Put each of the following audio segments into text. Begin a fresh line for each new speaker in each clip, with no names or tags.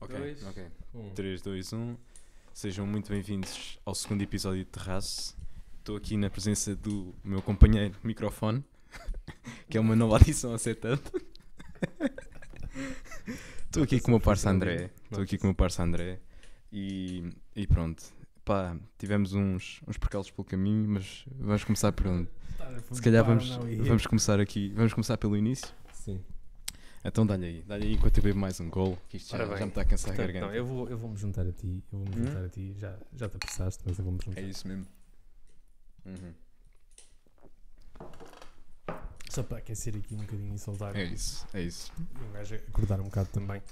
Ok,
dois,
ok.
um.
3, 2, 1. Sejam muito bem-vindos ao segundo episódio de Terraço. Estou aqui na presença do meu companheiro microfone, que é uma nova adição ao setup. Estou aqui com o meu parça André. Estou aqui com o meu parça André. E, e pronto. Pá, tivemos uns, uns percalços pelo caminho, mas vamos começar por onde? Se calhar vamos, vamos começar aqui, vamos começar pelo início.
Sim.
Então dá-lhe aí, dá-lhe aí enquanto eu bebo mais um gol, que isto já,
Ora bem. Então,
já me está a cansar a
Portanto,
garganta.
não, eu vou, eu vou me juntar a ti, eu vou me
Hum?
juntar a ti, já, já te apressaste, mas eu vou me juntar.
É isso mesmo. Uhum.
Só para aquecer aqui um bocadinho e soltar.
É isso, é isso.
E um gajo acordar um bocado também.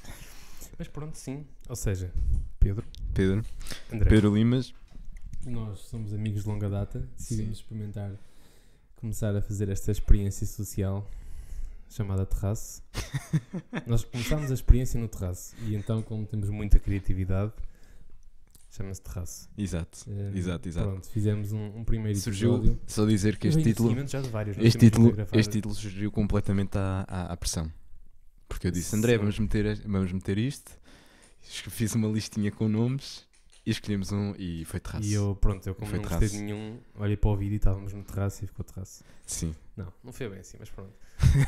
Mas pronto, sim. Ou seja, Pedro,
Pedro,
André,
Pedro Limas,
nós somos amigos de longa data, decidimos experimentar, começar a fazer esta experiência social chamada terraço. nós começámos a experiência no terraço e então, como temos muita criatividade, chama-se terraço.
exato,
Eh,
exato, exato.
Pronto, fizemos um, um primeiro
Surgiu,
episódio.
só dizer que
Eu
este
venho do
título,
seguimento já de vários, nós
este
temos muito
título,
a gravar.
este título surgiu completamente à, à, à pressão. Porque eu disse,
Sim.
André, vamos meter, vamos meter isto, Esque- fiz uma listinha com nomes e escolhemos um e foi terraço.
E eu, pronto, eu como
Foi
não gostei de
terraço.
nenhum, olhei para o vídeo e estávamos no terraço e ficou terraço.
Sim,
Não, não foi bem assim, mas pronto.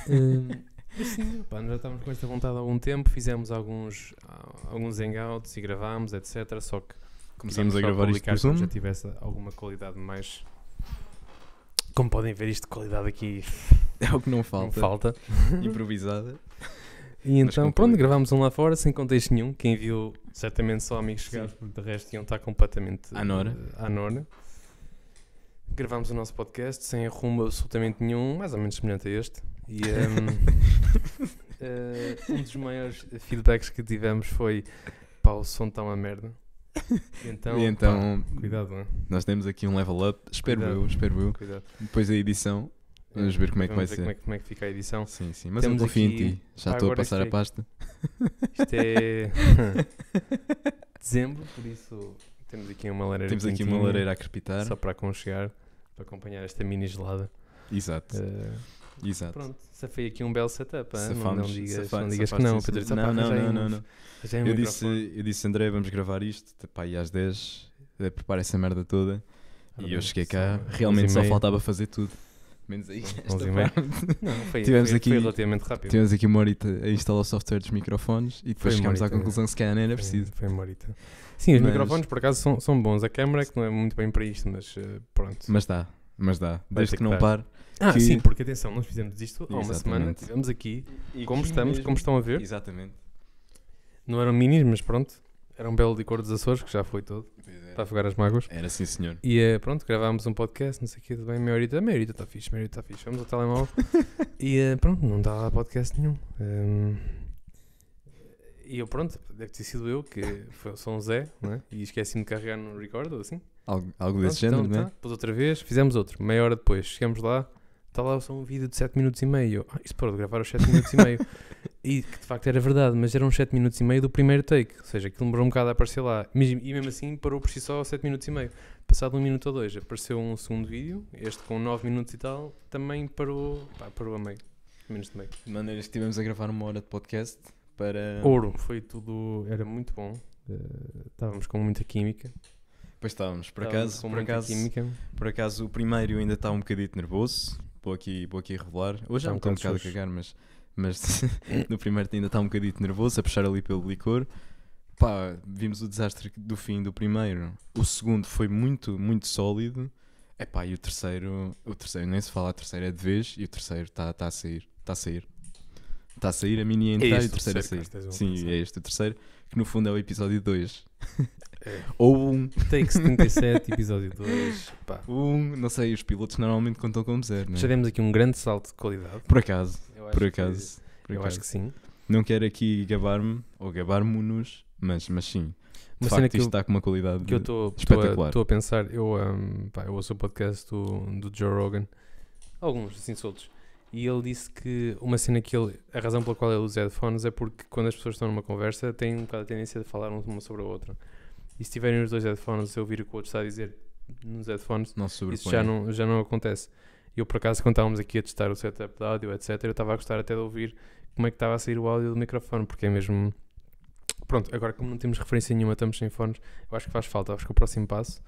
Hum, mas sim, pá, nós já estávamos com esta vontade há algum tempo, fizemos alguns, a- alguns hangouts e gravámos, etc. Só que
começámos
queríamos
a
só
gravar isto
publicar
no
quando já
Zoom.
tivesse alguma qualidade mais. Como podem ver, isto de qualidade aqui
É o que não
não
falta.
falta.
Improvisada.
E
Mas
então,
conclui.
pronto, gravámos um lá fora sem contexto nenhum. Quem viu, certamente só amigos chegados, porque de resto iam estar completamente
À nora.
eh, à nora. Gravámos o nosso podcast sem rumo absolutamente nenhum, mais ou menos semelhante a este. E ehm, eh, um dos maiores feedbacks que tivemos foi: pá, o som está uma merda. E então,
e então,
pá, cuidado, né?
nós temos aqui um level up, espero
Cuidado.
eu, espero eu.
cuidado.
Depois da edição, Vamos ver como é que
Vamos
vai
ver Como
ser.
é, que- como é que fica a edição.
sim, sim, mas
Temos
eu confio
aqui-
em ti. Já estou
Pá,
a
agora
passar
isto
a
é-
pasta.
Isto é dezembro, por isso temos aqui uma lareira.
Temos aqui uma
quentinha,
lareira a crepitar.
Só para aconchegar, para acompanhar esta mini gelada.
Exato,
Eh,
exato.
pronto, safei aqui um belo setup. hã? Não, não
Safamos,
digas,
safa-
não digas que
safaste
não,
isso.
Pedro. só
Não,
para
não,
arranjar aí
não,
um-
não, não.
arranjar aí um
Eu disse,
microfone.
eu disse, André, vamos gravar isto. Pá, aí às 10, eh, prepara essa merda toda. E eu cheguei cá,
São
realmente
11 e
só
meia.
faltava fazer tudo. Menos aí. esta
11 e meia.
parte.
Não, foi,
Tivemos
foi-
aqui-
foi relativamente rápido.
Tivemos aqui uma horita a instalar o software dos microfones e depois
Foi uma
chegámos à
horita,
conclusão que se calhar nem era
Foi-
é preciso.
Foi uma horita. Sim, os
Mas-
microfones por acaso são, são bons. A câmera é que não é muito bem para isto, mas eh, pronto.
Mas dá, mas dá.
Vai
Desde que
ter que
não
dar.
pare.
ah,
que-
sim, porque atenção, nós fizemos isto há uma semana.
Exatamente.
Estivemos aqui, como estamos, como estão a ver.
Exatamente.
Não eram minis, mas pronto. Era um belo licor dos Açores, que já foi todo. Está a afogar as mágoas.
Era sim, senhor.
E eh, pronto, gravámos um podcast, não sei o que, tudo bem. tá, Meia horita, meia horita está fixe, meia horita está fixe. Vamos ao telemóvel. e eh, pronto, não dá podcast nenhum. Ehm, e eu pronto, deve ter sido eu, que foi, sou um Zé, não é? E esqueci-me de carregar no record ou assim.
Algo, algo
Pronto,
desse género,
então,
né?
tá, pus outra vez, fizemos outro. Meia hora depois, chegamos lá, está lá só um vídeo de 7 minutos e meio. Eu, Ah, isso parou de gravar os 7 minutos e meio. E que de facto era verdade, mas eram 7 minutos e meio do primeiro take. Ou seja, aquilo demorou um bocado a aparecer lá. Mes- E mesmo assim parou por si só 7 minutos e meio. Passado um minuto ou dois, apareceu um segundo vídeo, este com 9 minutos e tal, também parou, pá, parou a meio. Menos de meio.
De maneira que estivemos a gravar uma hora de podcast para.
Ouro, foi tudo, era muito bom. Eh, estávamos com muita química.
Pois estávamos, por
Estávamos
acaso,
com
por
muita
acaso,
química.
por acaso o primeiro ainda está um bocadito nervoso. Vou aqui, vou aqui revelar. Hoje já
Está um
me estou um
bocado
bocado a cagar, mas, mas no primeiro ainda está um bocadito nervoso, a puxar ali pelo licor. Pá, vimos o desastre do fim do primeiro. O segundo foi muito, muito sólido. Epá, e o terceiro, o terceiro nem se fala, o terceiro é de vez e o terceiro está tá a sair, está a sair. Está a sair a mini a entrar e
É este
o terceiro a
terceiro
sair.
que nós temos a
Sim,
pensar.
é este o terceiro, que no fundo é o episódio 2.
É.
Ou um,
Take 77, episódio 2. Pá,
um, não sei, os pilotos normalmente contam como zero, não
já
é?
demos aqui um grande salto de qualidade.
Por acaso,
Eu acho
por
que-
acaso. por
eu acho
acaso.
que sim.
Não quero aqui gabar-me ou gabar-me-nos, mas, mas sim. De
Uma cena
facto,
que
isto
eu-
está com uma qualidade.
Que eu estou
Espetacular.
a pensar, eu, hum, pá, eu ouço o podcast do, do Joe Rogan, alguns assim soltos, e ele disse que uma cena que ele, a razão pela qual ele usa headphones é porque quando as pessoas estão numa conversa têm um bocado a tendência de falar uma sobre a outra. E se tiverem os dois headphones, eu ouvir o que o outro está a dizer nos headphones,
Não se
Isso
sobrepõe.
já não, já não acontece. Eu, por acaso, quando estávamos aqui a testar o setup de áudio, etc., eu estava a gostar até de ouvir como é que estava a sair o áudio do microfone, porque é mesmo. Pronto, agora como não temos referência nenhuma, estamos sem fones, eu acho que faz falta. Acho que o próximo passo,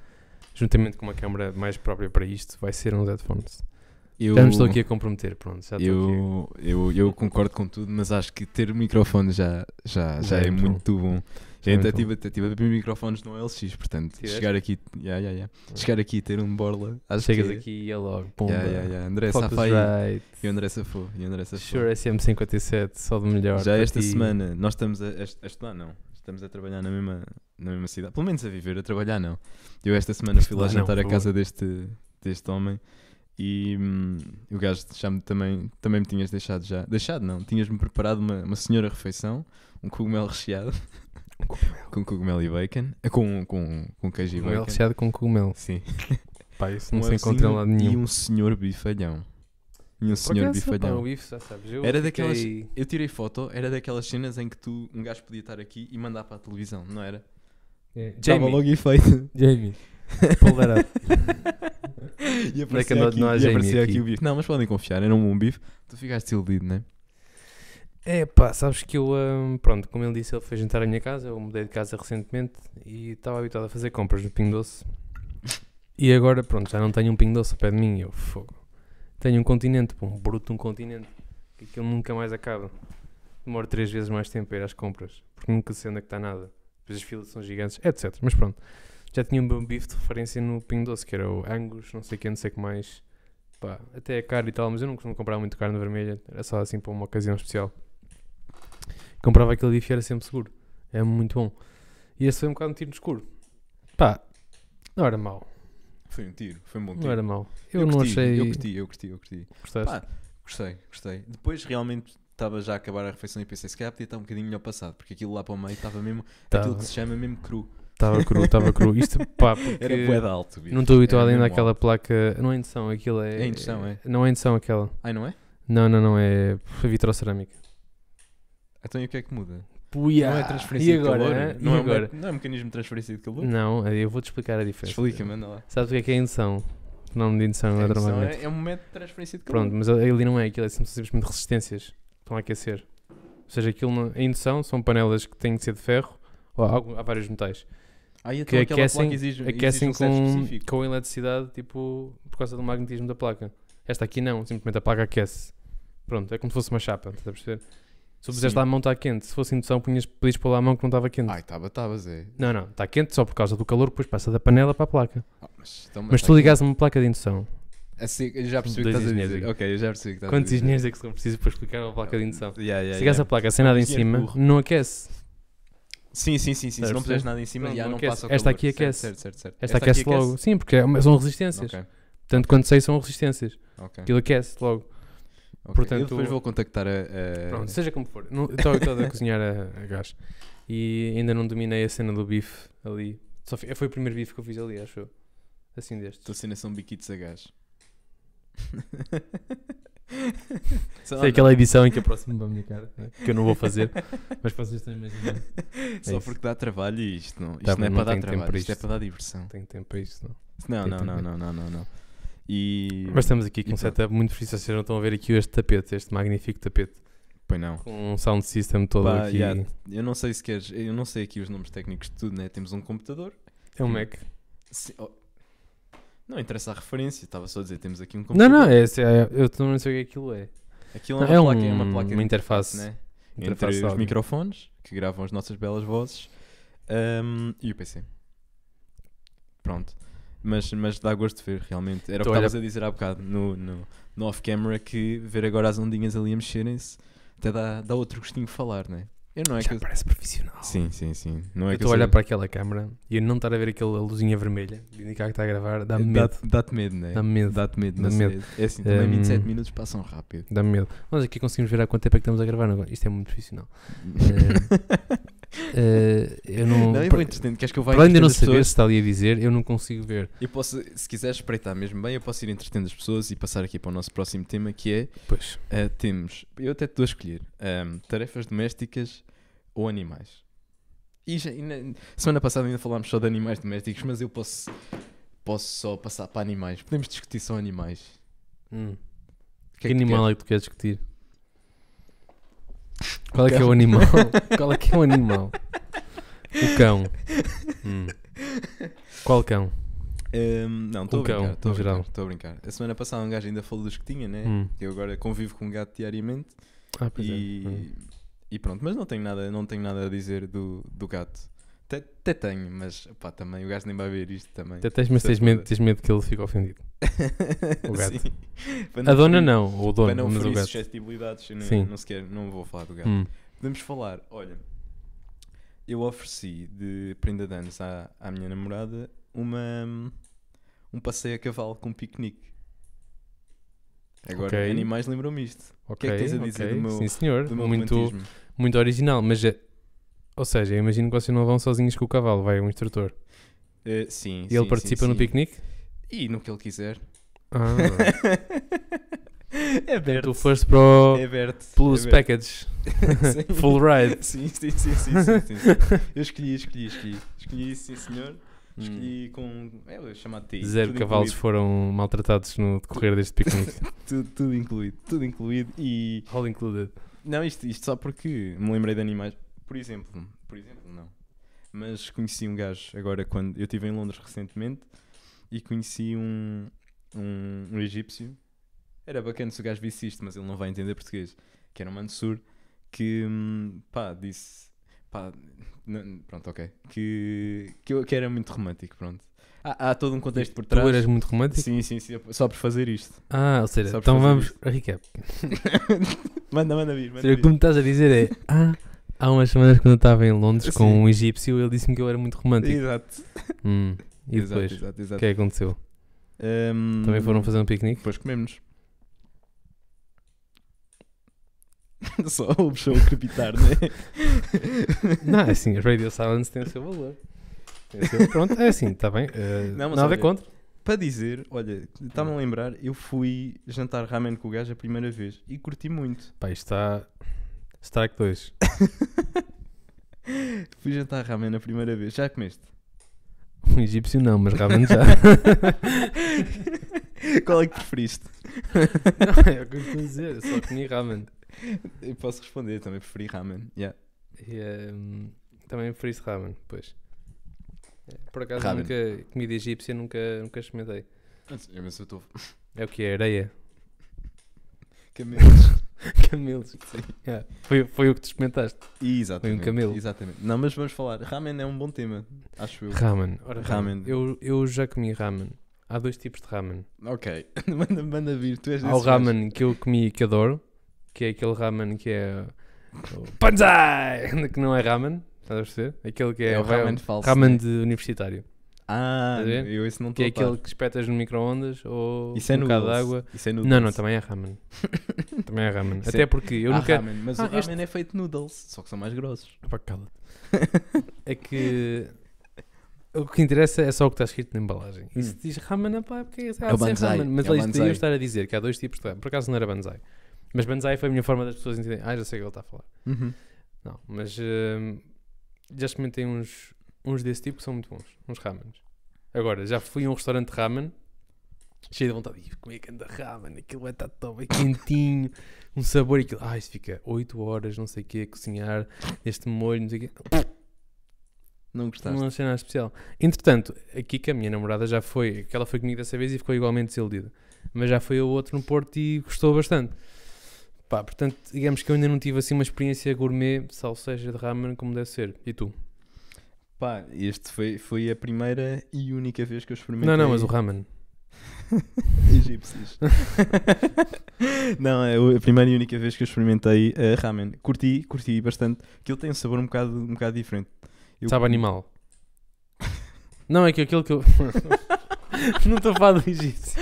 juntamente com uma câmera mais própria para isto, vai ser uns headphones.
Eu,
Já me estou aqui a comprometer, pronto. Já estou aqui.
eu, eu, eu concordo com tudo, mas acho que ter microfone já, já, já
Já
é,
é
muito bom.
Já é
Gente,
muito
ativa, ativa microfones no LX, portanto,
Tiveste?
chegar aqui, yeah, yeah, yeah.
Ah.
chegar aqui e ter um borla, acho
Chegas
que é-
aqui e é logo. Pumba.
Yeah, yeah, yeah. André
Focus
Safai
right.
e André Safou. E André Safou.
Sure SM57, só do melhor.
Já é
para
esta
ti.
semana, nós estamos a, a est- a estudar, não. Estamos a trabalhar na mesma, na mesma cidade. Pelo menos a viver, a trabalhar, não. Eu esta semana fui lá
Estudar não,
jantar
por
à casa deste, deste homem e hum, o gajo já-me também, também me tinhas deixado já. Deixado, não. Tinhas-me preparado uma, uma senhora refeição, um cogumelo recheado.
Um
com cogumelo e bacon. eh, Com, com, com queijo e
Cogumelo
bacon.
é recheado com cogumelo.
Sim.
Pá, isso não
Um
se encontra em
ovinho
lado
E
nenhum.
um senhor bifalhão. E um
Por
senhor
acaso, pá,
bifalhão.
o bife, já sabes, eu
Era daquelas-
fiquei-
Eu tirei foto, era daquelas cenas em que tu, um gajo podia estar aqui e mandar para a televisão, não era?
É,
Estava
Jamie.
logo efeito.
Jamie. Pull that up.
E
que
aparecia
não-
aqui,
não há
e
Jamie
aparecia aqui
aqui.
o bife. Não, mas podem confiar, era um bom bife. Tu ficaste iludido, não é?
É pá, sabes que eu, hum, pronto, como ele disse, ele foi jantar à minha casa, eu mudei de casa recentemente e estava habituado a fazer compras no Pingo Doce. E agora, pronto, já não tenho um Pingo Doce ao pé de mim, eu fogo. Tenho um continente, pô, um bruto de um continente, que aquilo nunca mais acaba. Demoro três vezes mais tempo a ir às compras, porque nunca sei onde é que está nada. Depois as filas são gigantes, etc. Mas pronto, já tinha um bom bife de referência no Pingo Doce, que era o Angus, não sei quem, não sei o que mais. Pá, até é caro e tal, mas eu não costumo comprar muito carne vermelha, era só assim para uma ocasião especial comprava aquele bife e era sempre seguro. É muito bom. E esse foi um bocado um tiro no escuro. Pá, não era mau.
Foi um tiro, foi um bom tiro.
Não era mau. Eu, não
curti,
achei.
Eu curti, eu curti, eu curti.
Gostaste?
Pá, Gostei, gostei. Depois realmente estava já a acabar a refeição e pensei, se calhar podia estar um bocadinho melhor passado, porque aquilo lá para o meio estava mesmo, aquilo que se chama mesmo cru.
Estava cru, estava cru. Isto, pá, porque
Era bué de alto, bicho.
não estou habituado
Era
ainda
mesmo
àquela placa. Não é indução, aquilo é.
É indução, é.
Não é indução aquela.
Ai, não é?
Não, não, não, é vitrocerâmica.
Então e o que é que muda?
Puia!
Não é transferência
e agora,
de calor?
hã?
Não,
e
é um me-
agora?
não é um mecanismo de transferência de calor?
Não, eu vou-te explicar a diferença.
Explica-me, anda lá.
Sabes o que é que é indução? O nome de indução
É,
é
isso não
normalmente.
é, é um método de transferência de calor.
Pronto, mas ali não é aquilo, são simplesmente resistências que estão a aquecer. Ou seja, aquilo não, a indução são panelas que têm que ser de ferro, ou há, algum- há vários metais,
Aí
que
então aquela
aquecem-
placa exige, exige
aquecem
um set
com,
específico.
com eletricidade, tipo, por causa do magnetismo da placa. Esta aqui não, simplesmente a placa aquece. Pronto, é como se fosse uma chapa, estás a perceber? Se tu puseste
Sim.
lá a mão, está quente. Se fosse indução, punhas, podias pôr lá a mão que não estava quente.
Ai, estava, estava, Zé.
Não, não, está quente só por causa do calor que depois passa da panela para a placa.
Ah, mas então,
Mas
tá
tu
aqui.
ligas uma placa de indução.
Assim, eu já percebi o que
Dois
estás a
engenheiros
dizer. Ok, eu já percebi o que estás
Quantos
a dizer.
engenheiros é que são precisos para explicar uma placa de indução?
Yeah, yeah,
Se ligares
yeah.
a placa sem nada em
Engenheiro
cima,
burro.
não aquece.
Sim, sim, sim, sim. Se
Certo,
não puseres
certo.
nada em cima,
Não,
já
não
não
aquece.
passa o
Esta
calor.
aqui aquece.
Certo, certo, certo.
Esta, aquece, logo. Sim, porque é uma- são resistências.
Ok,
Portanto, quando saem são resistências.
ok.
Aquilo aquece logo.
ok.
portanto,
eu depois vou contactar a. a-
Pronto, seja como for. Não, estou habituado a cozinhar a, a gás. E ainda não dominei a cena do bife ali. Só fi- foi o primeiro bife que eu fiz ali, acho eu. Assim
Estou
destes.
sendo são biquitos a gás.
Sei aquela edição em que é a próxima vai minha cara, né? que eu não vou fazer, mas vocês estão a imaginar.
Só
É isso.
porque dá trabalho e isto não, isto
Tá
não é
bem,
para
não
dar
tenho tempo
trabalho,
para
isto é
isto.
para dar diversão.
Não tenho tempo para isto, não.
Não,
Tem
não,
tempo,
não,
é.
não, não, não, não. E. então?
Mas estamos aqui com
E
um
pronto.
setup muito difícil, vocês não estão a ver aqui este tapete, este magnífico tapete,
Pois não.
com um sound system todo
Pá,
aqui.
yeah. Eu não sei se queres. Eu não sei aqui os nomes técnicos de tudo, né? Temos um computador.
É um Mac.
Se- oh. Não interessa a referência, estava só a dizer, temos aqui um
Não,
computador.
não, é, é- eu também não sei o que aquilo é.
Aquilo é uma
Não, é
placa, é
um-
uma placa
uma
de
interface.
né? Entre
Interface
os
áudio.
microfones, que gravam as nossas belas vozes, ahm, e o PC. Pronto. Mas, mas dá gosto de ver, realmente. Era o
Então,
que
olha-
estavas a dizer há bocado no, no, no off-camera, que ver agora as ondinhas ali a mexerem-se até dá, dá outro gostinho de falar, né? Eu não é
Já
que. eu-
parece profissional.
Sim, sim, sim. Não é
eu
que
estou a olhar para aquela câmara e eu não estar a ver aquela luzinha vermelha de indicar que está a gravar, dá-me medo.
Dá-te dá medo, né?
Dá-me medo. Ehm,
Dá-te medo,
Dá-me
não sei. É assim, também
Ahm.
27 minutos passam rápido.
Dá-me medo. Nós aqui conseguimos ver há quanto tempo é que estamos a gravar agora. Isto é muito profissional. Eh, eu não.
Não, eu vou
para-
entretendo. Queres que eu vá
para além de eu
entretendo
não
as
saber
pessoas?
se está ali a dizer, eu não consigo ver.
Eu posso, se quiseres espreitar mesmo bem, eu posso ir entretendo as pessoas e passar aqui para o nosso próximo tema que é:
Pois.
ah, temos, eu até te dou a escolher, ahm, tarefas domésticas ou animais. E já- e na- semana passada ainda falámos só de animais domésticos, mas eu posso, posso só passar para animais. Podemos discutir só animais.
Hum.
O
Que,
é que tu
animal é que tu queres discutir? Qual é que é o animal? Qual é que é o animal? O cão. Hum. Qual cão?
Hum, não, estou a
Um cão,
brincar. Estou a
no
brincar,
geral.
estou a brincar. A semana passada um gajo ainda falou dos que tinha, né?
Hum.
Eu agora convivo com um gato diariamente
Ah, pois é. Hum.
e, e pronto, mas não tenho nada, não tenho nada a dizer do, do gato. Até, até tenho, mas pá, também o gajo nem vai ver isto também.
Até tens, mas
Isso é
tens medo,
verdade.
tens medo que ele fique ofendido. O gato.
Sim. Para
A dona
ferir-
não, ou o
Para
dono,
não
mas o
ferir
gato.
suscetibilidades, eu
Sim.
não, não sequer não vou falar do gato.
Hum.
Podemos falar, olha, eu ofereci de prenda de anos à, à minha namorada uma, um passeio a cavalo com piquenique. Agora,
Ok.
animais lembram-me isto,
Ok,
que é que tens a dizer
ok.
do meu-
Sim, senhor.
do meu
muito,
romantismo.
muito original, mas é... Ou seja, eu imagino que vocês não vão sozinhos com o cavalo, vai um instrutor.
Eh, sim,
E
sim,
ele
sim,
participa no
sim.
piquenique?
E no que ele quiser.
Ah,
é aberto.
tu foste para o
É aberto.
Plus
é aberto.
Package,
Sim.
Full Ride.
Sim, sim, sim, sim, sim, sim, sim. Eu escolhi, escolhi, escolhi. Escolhi, sim, senhor. Escolhi com. É, eu chamado T.
Hum. Zero
tudo
cavalos foram maltratados no decorrer deste piquenique.
incluído, Tudo, tudo incluído, tudo incluído. E.
All included.
Não, isto, isto só porque me lembrei de animais. Por exemplo, por exemplo, não. Mas conheci um gajo agora quando. Eu estive em Londres recentemente e conheci um, um, um egípcio. Era bacana se o gajo visse isto, mas ele não vai entender português. Que era um Mansur que, hum, pá, disse. Pá, não- pronto, ok. Que, que, eu- que era muito romântico, pronto. Há, há todo um contexto por
Tu
trás.
eras muito romântico?
Sim, sim, sim, só por fazer isto.
Ah, ou seja,
Sabes
então
fazer
vamos.
isto.
Recap.
Manda, manda vir,
Ou
manda
seja,
vir.
o que tu me estás a dizer é. Ah, há umas semanas quando eu estava em Londres com
Sim.
um egípcio, ele disse-me que eu era muito romântico.
Exato,
Hum, E
exato,
depois?
exato,
O
exato.
que é que aconteceu?
Hum,
Também foram fazer um piquenique?
Depois comemos. Só o pessoal crepitar, né?
Não, é assim, a Radio Silence tem o seu valor. Tem o seu- Pronto, é assim, está bem. eh,
Não, mas
nada
olha,
contra.
Para dizer, olha, está-me a lembrar, eu fui jantar ramen com o gajo a primeira vez e curti muito.
Pá, isto está. Strike 2.
Fui jantar ramen a primeira vez. Já comeste?
Um egípcio não, mas realmente já.
Qual é que preferiste?
não, é o que eu estou a dizer, eu só comi ramen.
Eu posso responder, também preferi ramen. Yeah.
E, hum, também freeze ramen, pois. É, Por acaso
Ramen.
nunca comida egípcia nunca, nunca experimentei.
Mas eu estou
É o que é areia.
camelos.
Camelos. Yeah, Foi, foi o que tu experimentaste.
Exatamente.
um camelo.
Exatamente. Não, mas vamos falar. Ramen é um bom tema, acho eu.
Ramen. Ora,
Ramen.
Eu, eu já comi ramen. Há dois tipos de ramen.
ok. manda, manda vir. Tu és
Há o
desses gajos.
ramen que eu comi e que adoro, que é aquele ramen que é o Panzai! Que não é ramen, estás a perceber? Aquele que é,
É o
vai-
ramen falso,
ramen
né?
de universitário.
Ah,
Estás a ver?
eu esse não
Que
estou
é
a par.
aquele que espetas no micro-ondas ou
Isso é
um bocado de
noodles.
água.
Isso é noodles.
Não, não, também é ramen. também é ramen.
Isso
Até
é-
porque eu
Há
nunca.
ramen, mas
Ah,
o ramen
este-
é feito de noodles, só que são mais grossos.
Pá, cala-te. é que. O que interessa é só o que está escrito na embalagem. E se
Hum.
diz ramen, pá, porque é,
É o banzai,
ramen. Mas
é o
é isto daí
banzai.
eu estar a dizer que há dois tipos de ramen. Por acaso não era banzai. Mas banzai foi a minha forma das pessoas entenderem. Ah, já sei o que ele está a falar. Não, mas. hum, já experimentei uns, uns desse tipo que são muito bons. Uns ramens. Agora, já fui a um restaurante de ramen. Cheio de vontade. Ih, comer que anda ramen. Aquilo vai estar tão bem quentinho. um sabor. e Aquilo. Ah, isto fica 8 horas, não sei o quê, a cozinhar. Este molho, não sei o quê.
Não gostaste?
Não é. achei nada especial. Entretanto, a Kika, a minha namorada, já foi, que ela foi comigo dessa vez e ficou igualmente desiludida. Mas já foi ao outro no Porto e gostou bastante. Pá, portanto, digamos que eu ainda não tive assim uma experiência gourmet, salseja de ramen, como deve ser. E tu?
Pá, este foi, foi a primeira e única vez que eu experimentei.
Não, não, mas o ramen.
egípcios. não, é o- a primeira e única vez que eu experimentei eh, ramen. Curti, curti bastante. Aquilo tem um sabor um bocado, um bocado diferente. Eu-
Sabe animal. Não, é que aquilo que eu. não estou a falar do egípcio.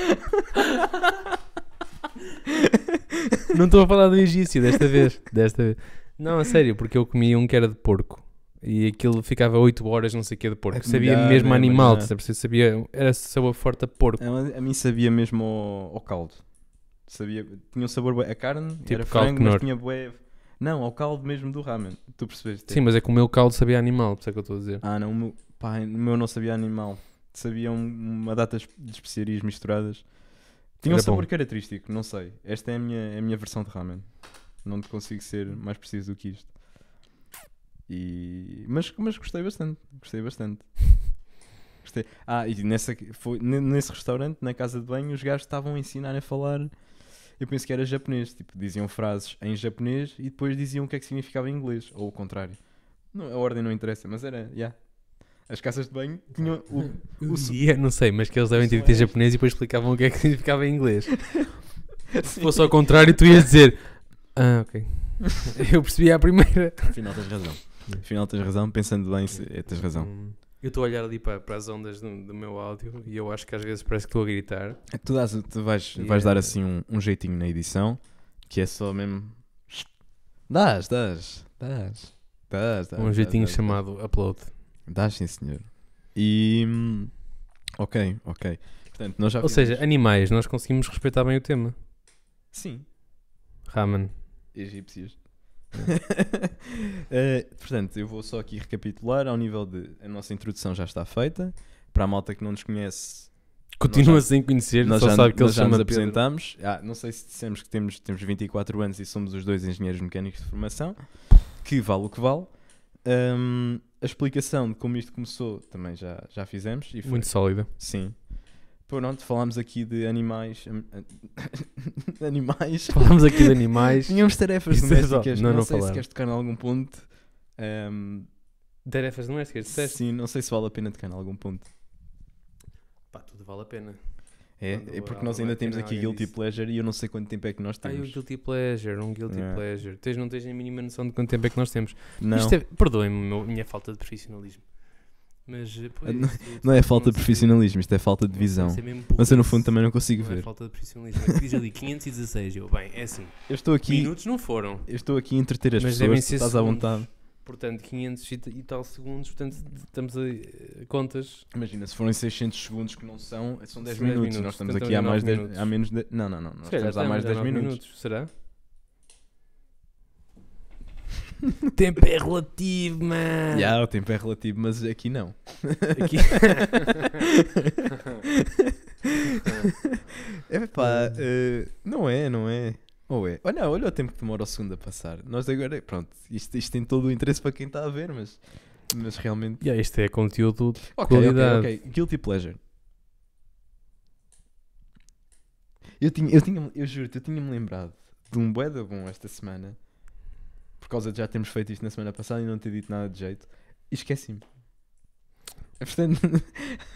não estou a falar do egípcio desta vez. Desta vez. Não, a sério, porque eu comi um que era de porco. E aquilo ficava 8 horas, não sei o que, de porco.
É que
sabia
melhor,
mesmo
né,
animal, é.
mas já.
sabes? sabia, era sabor forte a porco.
É, A, a mim sabia mesmo ao, ao caldo. Sabia, tinha um sabor bué- a carne,
Tipo
era
caldo
frango,
Knorr.
mas tinha bué... Não, ao caldo mesmo do ramen. Tu percebeste?
Sim, mas é que o meu caldo sabia animal, por isso é que eu estou a dizer.
Ah, não, o meu, pá, o meu não sabia animal. Sabia um- uma data es- de especiarias misturadas. Tinha
Era
um sabor
bom.
característico, não sei. Esta é a minha, é a minha versão de ramen. Não te consigo ser mais preciso do que isto. E... Mas, mas gostei bastante. Gostei bastante. Gostei. Ah, e nessa, foi, ne- nesse restaurante, na casa de banho, os gajos estavam a ensinar a falar. Eu penso que era japonês. Tipo, diziam frases em japonês e depois diziam o que é que significava em inglês. Ou o contrário. Não, a ordem não interessa, mas era. Yeah. As casas de banho tinham. o- o su-
E eu não sei, mas que eles devem ter dito em japonês e depois explicavam o que é que significava em inglês. Se fosse ao contrário, tu ias dizer. Ah, ok. Eu percebi à primeira.
Afinal, tens razão. Afinal, tens razão. Pensando bem, se- é, tens razão.
Hum, Eu estou a olhar ali para, para as ondas do, do meu áudio e eu acho que às vezes parece que estou a gritar.
É que Tu, dás- tu vais,
E
vais
é-
dar assim um, um jeitinho na edição que é só mesmo. Dás, dás, dás, dás, dás.
um jeitinho
dás, dás.
chamado upload.
Dás, sim, senhor. E. hum, Ok, ok. Portanto, nós já
Ou
vimos-
seja, animais, nós conseguimos respeitar bem o tema.
Sim,
Ramen.
egípcios. Eh, portanto, eu vou só aqui recapitular ao nível de. A nossa introdução já está feita. Para a malta que não nos conhece,
Continua
Nós
sem conhecer,
Nós
só
já,
sabe que ele
nós já nos
chama Pedro.
apresentámos. Ah, não sei se dissemos que temos, temos 24 anos e somos os dois engenheiros mecânicos de formação, que vale o que vale. Ahm, a explicação de como isto começou também já, já fizemos. E foi,
Muito sólida.
Sim. Pronto, falámos aqui de animais. hum, animais.
Falámos aqui de animais.
Tínhamos tarefas
Isso é só-
domésticas.
não,
Não,
não
sei se
falaram.
queres tocar em algum ponto. Ahm,
Tarefas domésticas, disseste?
sim, não sei se vale a pena tocar em algum ponto.
Pá, tudo vale a pena.
É,
Quando
é porque
vale-
nós
vale
ainda
a
temos
pena
aqui
alguém
Guilty
disse.
Pleasure e eu não sei quanto tempo é que nós
Ai, um
temos.
guilty pleasure, um guilty
Yeah.
pleasure. Tens, não tens nem a mínima noção de quanto tempo é que nós temos.
Não.
Isto é, perdoem-me o meu- minha falta de profissionalismo. Mas, eh, pois,
Não-
isto-
Não é falta de
sei-
profissionalismo, isto é falta de
não sei
visão.
se é mesmo burrice.
Mas eu no fundo também não consigo
Não é
ver.
falta de profissionalismo. É que diz ali 516. Eu, bem, é assim.
Eu estou aqui,
Minutos não foram.
eu estou aqui a entreter as
Mas devem
pessoas, tu
ser
estás à
segundos.
vontade.
Portanto, 500 e t- e tal segundos. Portanto, estamos a eh, contas.
Imagina, se forem 600 segundos que não são, são 10
São 10
minutos,
minutos,
e nós estamos
portanto,
aqui há,
nove
mais dez-
minutos.
há menos de... Não, não, não, nós
Se calhar
estamos há mais
estamos
10
nove
minutos.
Será? Tempo é relativo, mano.
Já, o tempo é relativo, mas aqui não.
Aqui-
É pá, eh, não é, não é. Ou é. Olha, olha o tempo que demora o segundo a passar. Nós agora, pronto, isto, isto tem todo o interesse para quem está a ver, mas, mas realmente...
Yeah, isto é conteúdo
Ok, ok,
Qualidade.
ok. Guilty pleasure. Eu tinha, eu tinha, eu juro-te, eu tinha-me lembrado de um bué da bom esta semana, por causa de já termos feito isto na semana passada e não ter dito nada de jeito, e esqueci-me. Portanto,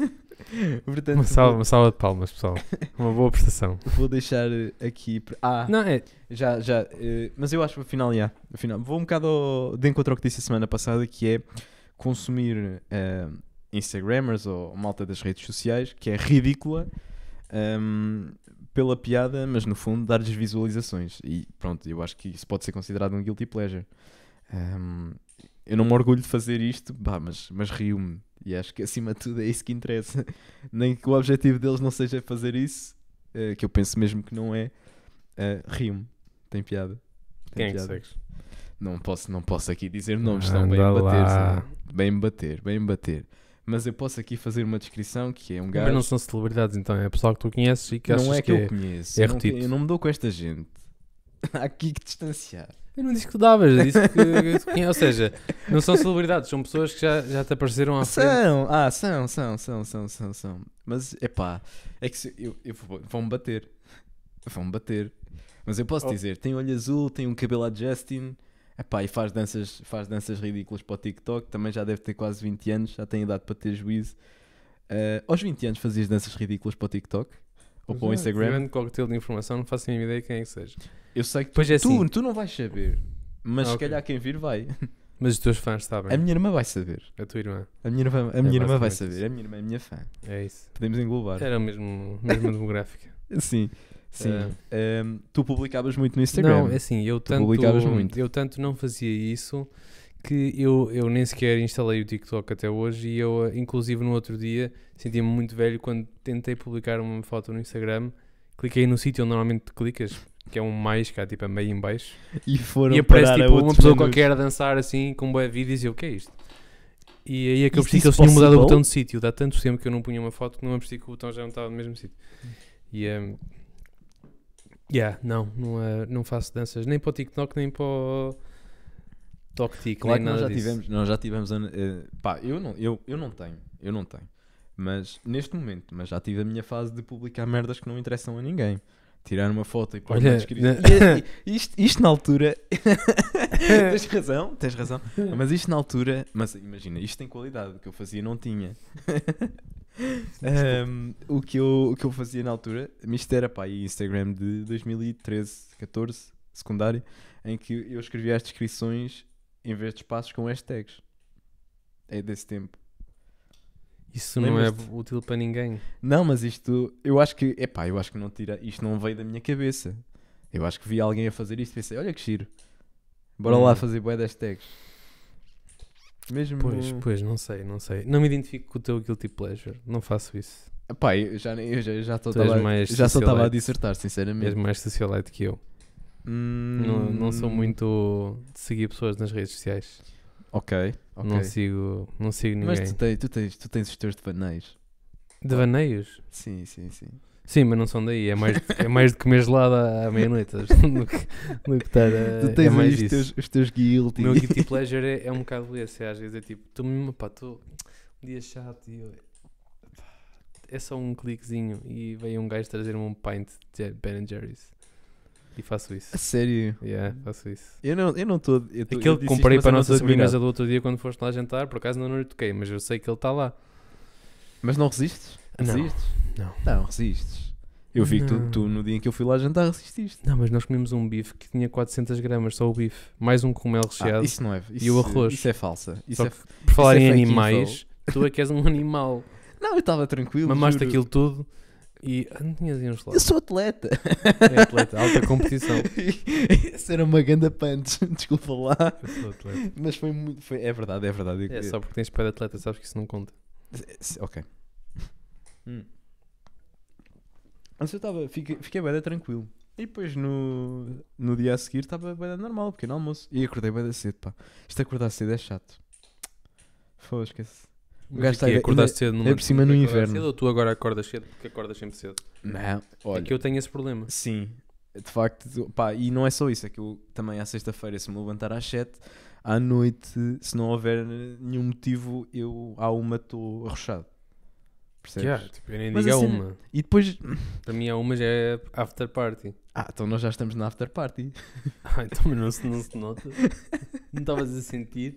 portanto
Uma salva,
vou,
uma salva de palmas, pessoal. Uma boa prestação.
vou deixar aqui. pre- Ah,
Não, é.
já, já. eh, mas eu acho que afinal, já. Afinal, vou um bocado ao, de encontro ao que disse a semana passada, que é consumir eh, Instagrammers ou malta das redes sociais, que é ridícula ehm, pela piada, mas no fundo dar-lhes visualizações. E pronto, eu acho que isso pode ser considerado um guilty pleasure. Ehm, eu não me orgulho de fazer isto, pá, mas, mas rio-me. E acho que acima de tudo é isso que interessa. Nem que o objetivo deles não seja fazer isso, eh, que eu penso mesmo que não é. eh, rio-me. Tem piada. Tem
Quem é que
piada.
segues?
Não posso, não posso aqui dizer nomes, estão bem
Ah, Anda
a
lá.
bater. Bem me bater, bem me bater. Mas eu posso aqui fazer uma descrição que é um
Mas
gajo.
não são celebridades, então. É pessoal que tu conheces e que achas
não é que,
é.
eu conheço.
é
não,
retido.
eu não me dou com esta gente. Há aqui que distanciar.
Eu não disse que tu davas, eu disse que, que- Ou seja, não são celebridades, são pessoas que já, já te apareceram à frente.
São, ah, são, são, são, são, são, são. Mas epá, é que se- eu, eu vou- vão-me bater. Vão-me bater. Mas eu posso
Oh.
dizer, tem olho azul, tem um cabelo a Justin. Epá, e faz danças, faz danças ridículas para o TikTok. Também já deve ter quase 20 anos, já tem idade para ter juízo. Ah, aos 20 anos fazias danças ridículas para o TikTok? Ou para o Instagram?
Tirando coquetel de informação, não faço a mínima ideia quem é que seja.
Eu sei que tu,
Pois é assim,
tu, tu não vais saber. Mas
Ah,
se
ok.
calhar quem vir vai.
mas os teus fãs
A
sabem.
minha irmã vai saber.
A tua irmã.
A minha irmã, a minha irmã vai saber.
basicamente isso.
A minha irmã é minha fã.
É isso.
Podemos englobar.
Era o mesmo, mesmo demográfica.
Sim, sim. Ahm, tu publicavas muito no Instagram.
É. Não, é assim, eu
Tu
tanto,
publicavas muito.
eu tanto não fazia isso que eu, eu nem sequer instalei o TikTok até hoje e eu, eh, inclusive, no outro dia senti-me muito velho quando tentei publicar uma foto no Instagram, cliquei no sítio onde normalmente clicas, que é um mais, cá tipo a meio em baixo,
E foram
e aparece
parar a
tipo uma
outros
pessoa
menus.
qualquer a dançar assim com boa vídeos e eu, o que é isto? E aí é que eu
Is
percebi que
this
eles tinham mudado o
possible?
botão de sítio, dá tanto tempo que eu não punha uma foto que não me apercebi que o botão já não estava no mesmo sítio. E, hum, ehm, Yeah, não, não, é- não faço danças nem para o TikTok, nem para o TokTik,
Claro que
nem
nós já
nada disso.
tivemos, nós já tivemos. a- eh, pá, eu não, eu, eu não tenho, eu não tenho. Mas neste momento, mas já tive a minha fase de publicar merdas que não interessam a ninguém. Tirar uma foto e pôr
Olha, né?
na descrição.
na-
E- e- Isto, isto na altura. tens razão, tens razão. Mas isto na altura. Mas imagina, isto tem qualidade. O que eu fazia não tinha. Ahm, o, que eu, o que eu fazia na altura. Isto era pá, aí Instagram de 2013, 14, secundário. Em que eu escrevia as descrições em vez de espaços com hashtags. É desse tempo.
Isso não é
Lembras-te?
útil para ninguém.
Não, mas isto, eu acho que, epá, eu acho que não tira, isto não veio da minha cabeça. Eu acho que vi alguém a fazer isto e pensei, olha que giro. Bora
Hum.
lá fazer bué das tags. Mesmo,
Pois, pois, não sei, não sei. Não me identifico com o teu guilty pleasure. Não faço isso.
Epá, eu já nem- eu já, eu já só
Tu és
estava-
mais
já só estava a
socialite.
dissertar, sinceramente.
És mais socialite que eu.
Hum,
Não, não sou muito de seguir pessoas nas redes sociais.
Ok, ok.
Não sigo, não sigo
mas
ninguém.
tu tens, tu, tens, tu tens os teus devaneios.
Devaneios?
Sim, sim, sim.
Sim, mas não são daí. É mais de, é mais de comer gelado à, à meia-noite sabes? do que, do que estar a.
tu tens
é mais
aí os
isso.
teus, os teus guilty.
O meu guilty pleasure é, é um bocado esse. é, Às vezes é tipo, estou mesmo, pá, estou um dia chato e eu. pá, É só um cliquezinho e veio um gajo trazer-me um pint de Ben Jerry's. E faço isso.
A sério.
Yeah, faço isso.
Eu não eu não estou. eu tô- eu
Aquele
disse
que
isto, mas
comprei
eu
para a
não
nossa
tô admirado.
sobremesa do outro dia quando foste lá jantar, por acaso ainda não lhe toquei, mas eu sei que ele está lá.
Mas não resistes?
Não.
Resistes?
Não.
Não, resistes. Eu vi que
Não.
tu, tu, no dia em que eu fui lá jantar, resististe.
Não, mas nós comemos um bife que tinha 400 gramas, só o bife. Mais um cogumelo
Ah,
recheado.
isso não é. Isso,
o arroz?
Isso é falsa. Isso
Só
é-
por falar
isso é
em
fake
animais, tu é que és um animal.
Não, eu estava tranquilo.
Mamaste
juro.
aquilo tudo e. Ah, não tinhas aí uns lá.
Eu sou atleta.
É atleta, alta competição.
Isso era uma ganda punch, desculpa lá.
Eu sou atleta.
Mas foi muito. Foi... É verdade, é verdade. Eu-
É só porque tens pé de atleta, sabes que isso não conta.
Se- Ok. Hum. Mas eu estava. Fiquei, fiquei bem tranquilo. E depois no, no dia a seguir estava bem normal, pequeno almoço. E acordei bem cedo, pá. Isto acordar cedo é chato. Foda, esquece. O gajo
Mas
está
aqui,
ainda-
acordaste cedo numa-
é por cima no
acordaste
inverno.
Cedo, ou tu agora acordas cedo porque acordas sempre cedo?
Não,
É que eu tenho esse problema.
Sim, de facto, tu- pá, e não é só isso, é que eu também à sexta-feira, se me levantar às 7, à noite, se não houver nenhum motivo, eu à uma estou arrochado. Percebes?
Yeah, tipo, eu nem
Mas
digo a
assim-
uma.
E depois.
Para mim a uma já é after party.
Ah, então nós já estamos na after party.
Ah, então mas não se, não se nota. Não estavas a sentir.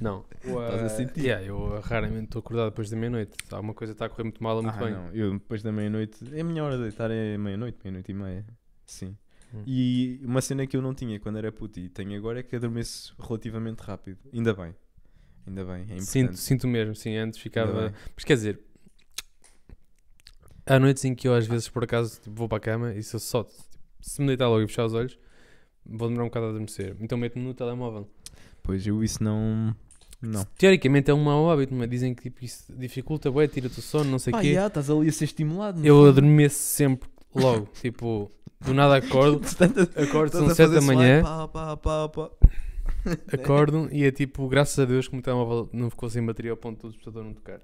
Não.
Estás a
Ah,
sentir.
Yeah, eu raramente estou acordado depois da meia-noite. Alguma coisa está a correr muito mal ou muito
ah,
bem.
não, eu depois da meia-noite. A minha hora de deitar é meia-noite, meia-noite e meia. Sim.
Hum.
E uma cena que eu não tinha quando era puto e tenho agora é que adormeço relativamente rápido. Ainda bem. Ainda bem, é importante.
sinto, sinto mesmo, sim.
Ainda
Antes ficava.
bem.
Mas quer dizer, há noites em que eu às vezes por acaso tipo, vou para a cama e se eu só tipo, se me deitar logo e fechar os olhos, vou demorar um bocado a adormecer. Então meto-me no telemóvel.
Pois eu isso não. Não.
Teoricamente é um mau hábito, mas dizem que tipo, isso dificulta, bué, tira-te o sono, não sei o
Pá,
quê.
já, estás ali a ser estimulado. não
Eu
é?
adormeço sempre logo, tipo, do nada acordo, acordo, são 7 da manhã, acordo e é tipo, graças a Deus que o meu telemóvel não ficou sem bateria ao ponto do despertador não tocar.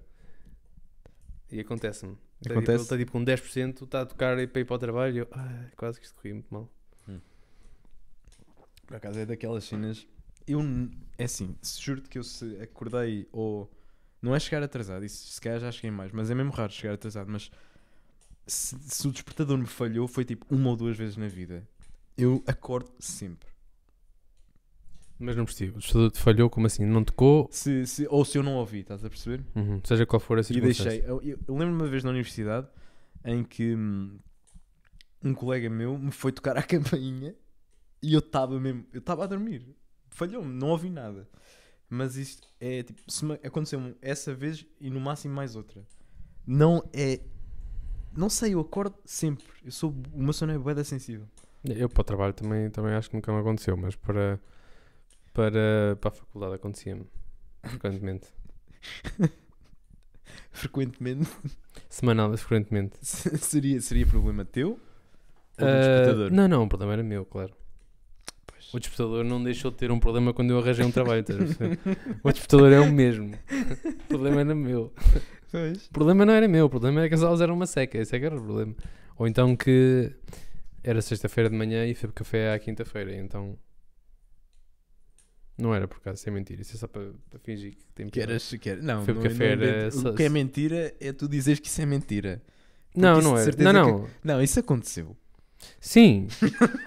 E acontece-me. Está tipo-
Acontece?
Ele está tipo com 10%, está a tocar e para ir para o trabalho e eu, "Ai, quase que isto corria muito mal.
Por acaso é daquelas cenas. Eu, n- é assim, se- juro-te que eu se acordei ou. Não é chegar atrasado, isso se calhar já cheguei mais, mas é mesmo raro chegar atrasado. Mas se, se o despertador me falhou, foi tipo uma ou duas vezes na vida. Eu acordo sempre.
Mas não percebo, o despertador te falhou, como assim? Não tocou?
Se, se- ou se eu não ouvi, estás a perceber?
Uhum, Seja qual for a
E
circunstância.
deixei. Eu, eu- eu lembro-me uma vez na universidade em que hum, um colega meu me foi tocar à campainha e eu estava mesmo. Eu estava a dormir. Falhou-me, não ouvi nada. Mas isto é tipo. se me- Aconteceu-me essa vez e no máximo mais outra. Não é. Não sei, eu acordo sempre. Eu sou. O meu sono é boeda sensível.
Eu para o trabalho também, também acho que nunca me aconteceu, mas para, para, para a faculdade acontecia-me frequentemente.
Frequentemente
Semanal, mas frequentemente.
seria, seria problema teu ou do
Ah,
despertador.
Não, não, o problema era meu, claro.
Pois.
O despertador não deixou de ter um problema quando eu arranjei um trabalho. estás a perceber? o despertador é o mesmo. O problema era meu.
Pois.
é O problema não era meu, o problema era que as aulas eram uma seca. Esse é que era o problema. Ou então que era sexta-feira de manhã e fui beber café à quinta-feira, e então. Não era por acaso, isso é mentira. Isso é só para, para fingir que tem
Que
piada.
eras, que era- não,
é? Foi
não,
porque
não
a fera-
invento- o que é mentira é tu dizeres que isso é mentira.
Não,
isso
não
de
era.
certeza
Não, não.
Não, isso aconteceu.
Sim,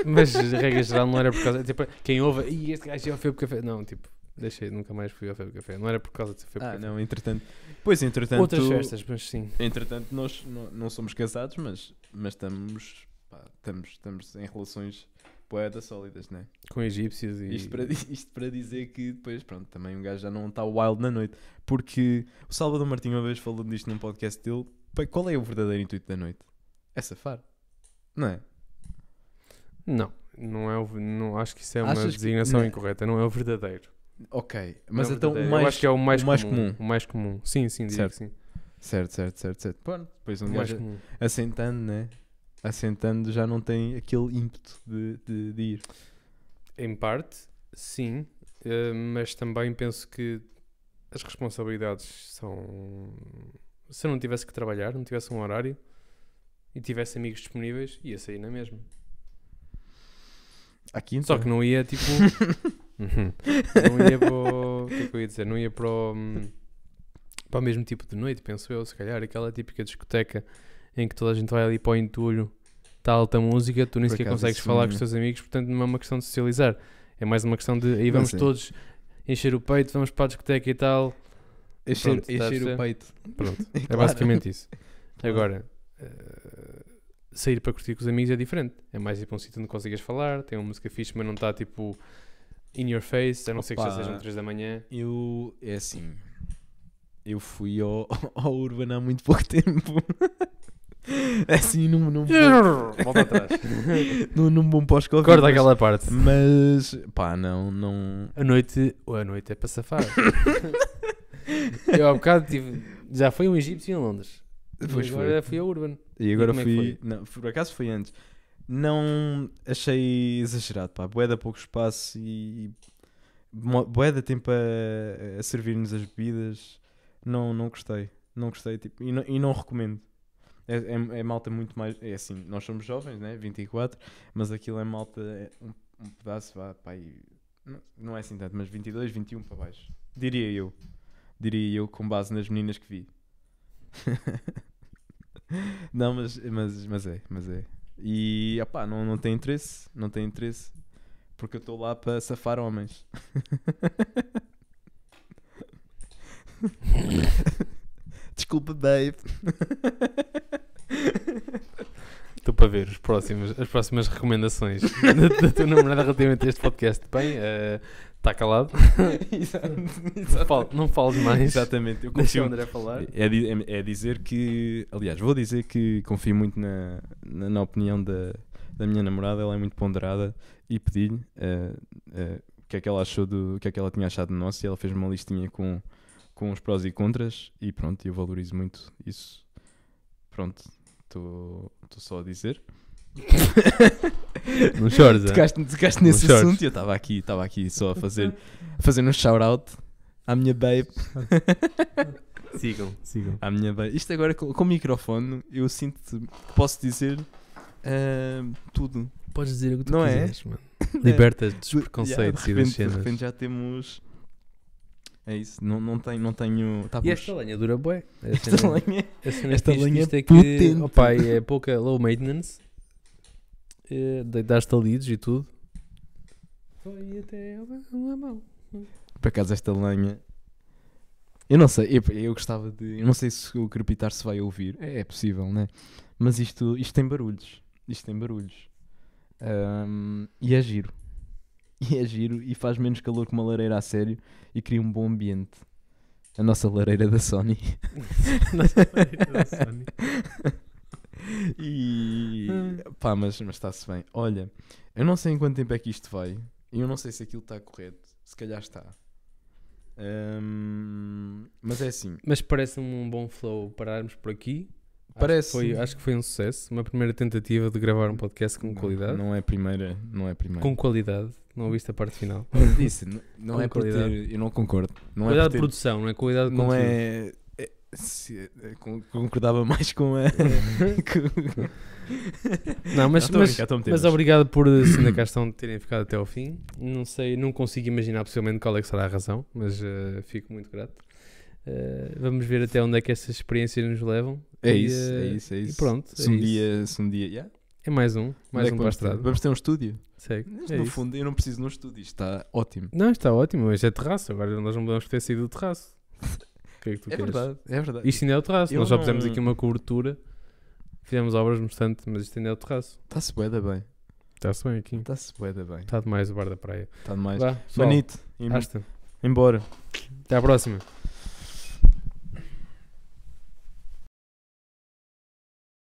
mas regra geral não era por causa.
Ah,
Tipo, quem ouve, e este gajo ia ao Febo Café. Não, tipo, deixei, nunca mais fui ao Febo Café. Não era por causa de ser Febo
Ah,
Café.
não, entretanto. Pois, entretanto.
Outras festas, mas sim.
Entretanto, nós não, não somos casados, mas, mas estamos, pá, estamos, estamos em relações poetas sólidas, né?
Com egípcios e.
Isto para, di- isto para dizer que depois, pronto, também um gajo já não está wild na noite. Porque o Salvador Martinho uma vez falou disto num podcast dele. Pá, Qual é o verdadeiro intuito da noite? É safar. Não é?
Não, não é o. Não, acho que isso é uma
Achas que-
designação
não.
incorreta. Não é o verdadeiro.
Ok. Mas
Não é
então o
verdadeiro.
mais...
Eu acho que é o mais,
o mais
comum,
comum.
O mais comum. Sim, sim, diria
Certo.
que sim.
Certo, certo, certo, certo. Pronto, depois
O
um
mais
gajo
comum.
assentando, né? Assentando já não tem aquele ímpeto de, de, de ir.
Em parte, sim, eh, mas também penso que as responsabilidades são. Se eu não tivesse que trabalhar, não tivesse um horário e tivesse amigos disponíveis, ia sair na mesma.
Aqui então.
Só que não ia tipo. Uhum. não ia para o. O que é que eu ia dizer? Não ia para o. hum, Para o mesmo tipo de noite, penso eu, se calhar. Aquela típica discoteca em que toda a gente vai ali para o entulho, está alta música, tu nem
Por
sequer
acaso,
consegues
isso
falar com
não-
os teus amigos, portanto não é uma questão de socializar. É mais uma questão de. Aí
Não
vamos
sei.
todos encher o peito, vamos para a discoteca e tal.
Encher,
Pronto, estás a
encher o
perceber?
peito.
Pronto.
É,
É
claro.
basicamente isso.
Claro.
Agora, eh, sair para curtir com os amigos é diferente. É mais ir para um sítio onde consigas falar, tem uma música fixe, mas não está tipo in your face, a não ser que já
Opa.
sejam 3 da manhã.
Eu, é assim, eu fui ao, ao Urban há muito pouco tempo. É assim, num, num, bom-
Volta atrás.
num, num bom pós-Covid.
Corta
mas-
aquela parte.
Mas, pá, não, não...
A noite, ou a noite é para safar. Eu há bocado tive, já foi um egípcio em Londres.
Pois
E agora
foi.
fui a Urban.
E agora
como é que
fui... Não, por acaso foi antes. Não achei exagerado, pá. Boeda pouco espaço e... Boeda tempo a, a servir-nos as bebidas. Não, não gostei. Não gostei, tipo, e não, e não recomendo. É, é, é malta muito mais... É assim, nós somos jovens, né? 24. Mas aquilo é malta... é um, um pedaço, vá, pá, aí... Não, não é assim tanto, mas 22, 21 para baixo. Diria eu. Diria eu, com base nas meninas que vi. Não, mas, mas, mas é, mas é. E opá, não, não tem interesse, não tem interesse, porque eu estou lá para safar homens. Desculpa, babe.
Estou para ver os próximos, as próximas recomendações da, da tua namorada relativamente a este podcast. Bem, eh, está calado. Não fal- não fales mais.
Exatamente, eu
Deixa
confio.
o André falar.
É, di- é- é dizer que, aliás, vou dizer que confio muito na, na, na opinião da, da minha namorada, ela é muito ponderada e pedi-lhe eh, eh, o que é que ela achou do o que é que ela tinha achado de nós e ela fez uma listinha com, com os prós e contras e pronto, eu valorizo muito isso. Pronto, estou só a dizer.
Não chores, é?
Tocaste, tocaste nesse
Não chores.
assunto e eu estava aqui, estava aqui só a fazer, a fazer um shout-out à minha babe.
Sigam, sigam.
À minha bem. Isto agora com, com o microfone, eu sinto que posso dizer ahm, tudo.
Podes dizer o que
tu Não é? quiseres,
mano. Libertas dos
Do-
preconceitos
yeah, de
e das
repente, De
cenas.
repente já temos. É isso, não, não tenho. Não tenho tá
E é
bons.
esta lenha dura bué. A
Esta
cena-
lenha-
A cena
esta
fixe
lenha
disto
é
é que,
potente.
opa, é pouca low maintenance. Eh, dei- Dás-te a leads e tudo. Foi até
um
uma mão.
Por acaso, esta lenha. Eu não sei, eu, eu gostava de. Eu não sei se o crepitar se vai ouvir. É, é possível, né? Mas isto, isto tem barulhos. Isto tem barulhos. Ahm, e é giro. E é giro e faz menos calor que uma lareira a sério e cria um bom ambiente. A nossa lareira da Sony. E. Pá, mas mas está-se bem. Olha, eu não sei em quanto tempo é que isto vai. E eu não sei se aquilo está correto. Se calhar está. Ahm, mas é assim.
Mas parece-me um bom flow pararmos por aqui. Acho
Parece.
que foi- Acho que foi, um sucesso. Uma primeira tentativa de gravar um podcast com
Não,
qualidade.
Não é a primeira. Não é a primeira.
Com qualidade. Não ouviste a parte final.
Eu disse, n- não
Com
é por ter.
qualidade.
Eu não concordo. Não é
qualidade
por
de
ter,
produção, não é qualidade de
Não
conteúdo.
é. é- se- eh, con- concordava mais com a. com-
Não, mas,
Não, tô a
mas,
brincar, tô a meter,
mas
mas-
obrigado por eh, se ainda cá estão de terem ficado até ao fim. Não sei, não consigo imaginar possivelmente qual é que será a razão, mas eh, fico muito grato. Eh, vamos ver até onde é que essas experiências nos levam.
É
E,
isso, é
eh,
isso, é
e
isso.
pronto,
Se
é
um
isso.
dia. Se um dia yeah,
É mais um,
onde é
mais
que
um
vamos,
para a
ter?
estrada.
vamos ter um estúdio.
Segue.
Mas,
É
no
isso.
fundo, eu não preciso de um estúdio. Isto está ótimo.
Não, está ótimo, mas é terraço. Agora nós não podemos ter saído do terraço. O que é que tu
É
queres?
verdade, é verdade.
Isto ainda é o terraço.
Eu
nós já
não-
fizemos aqui uma cobertura, fizemos obras bastante, mas isto ainda é o terraço.
Está-se boeda bem.
Está-se bem aqui.
Está-se boeda bem.
Está demais o bar da praia.
Está demais.
Vá, Tá- pessoal,
Manito, im-
hasta.
embora.
Até à próxima.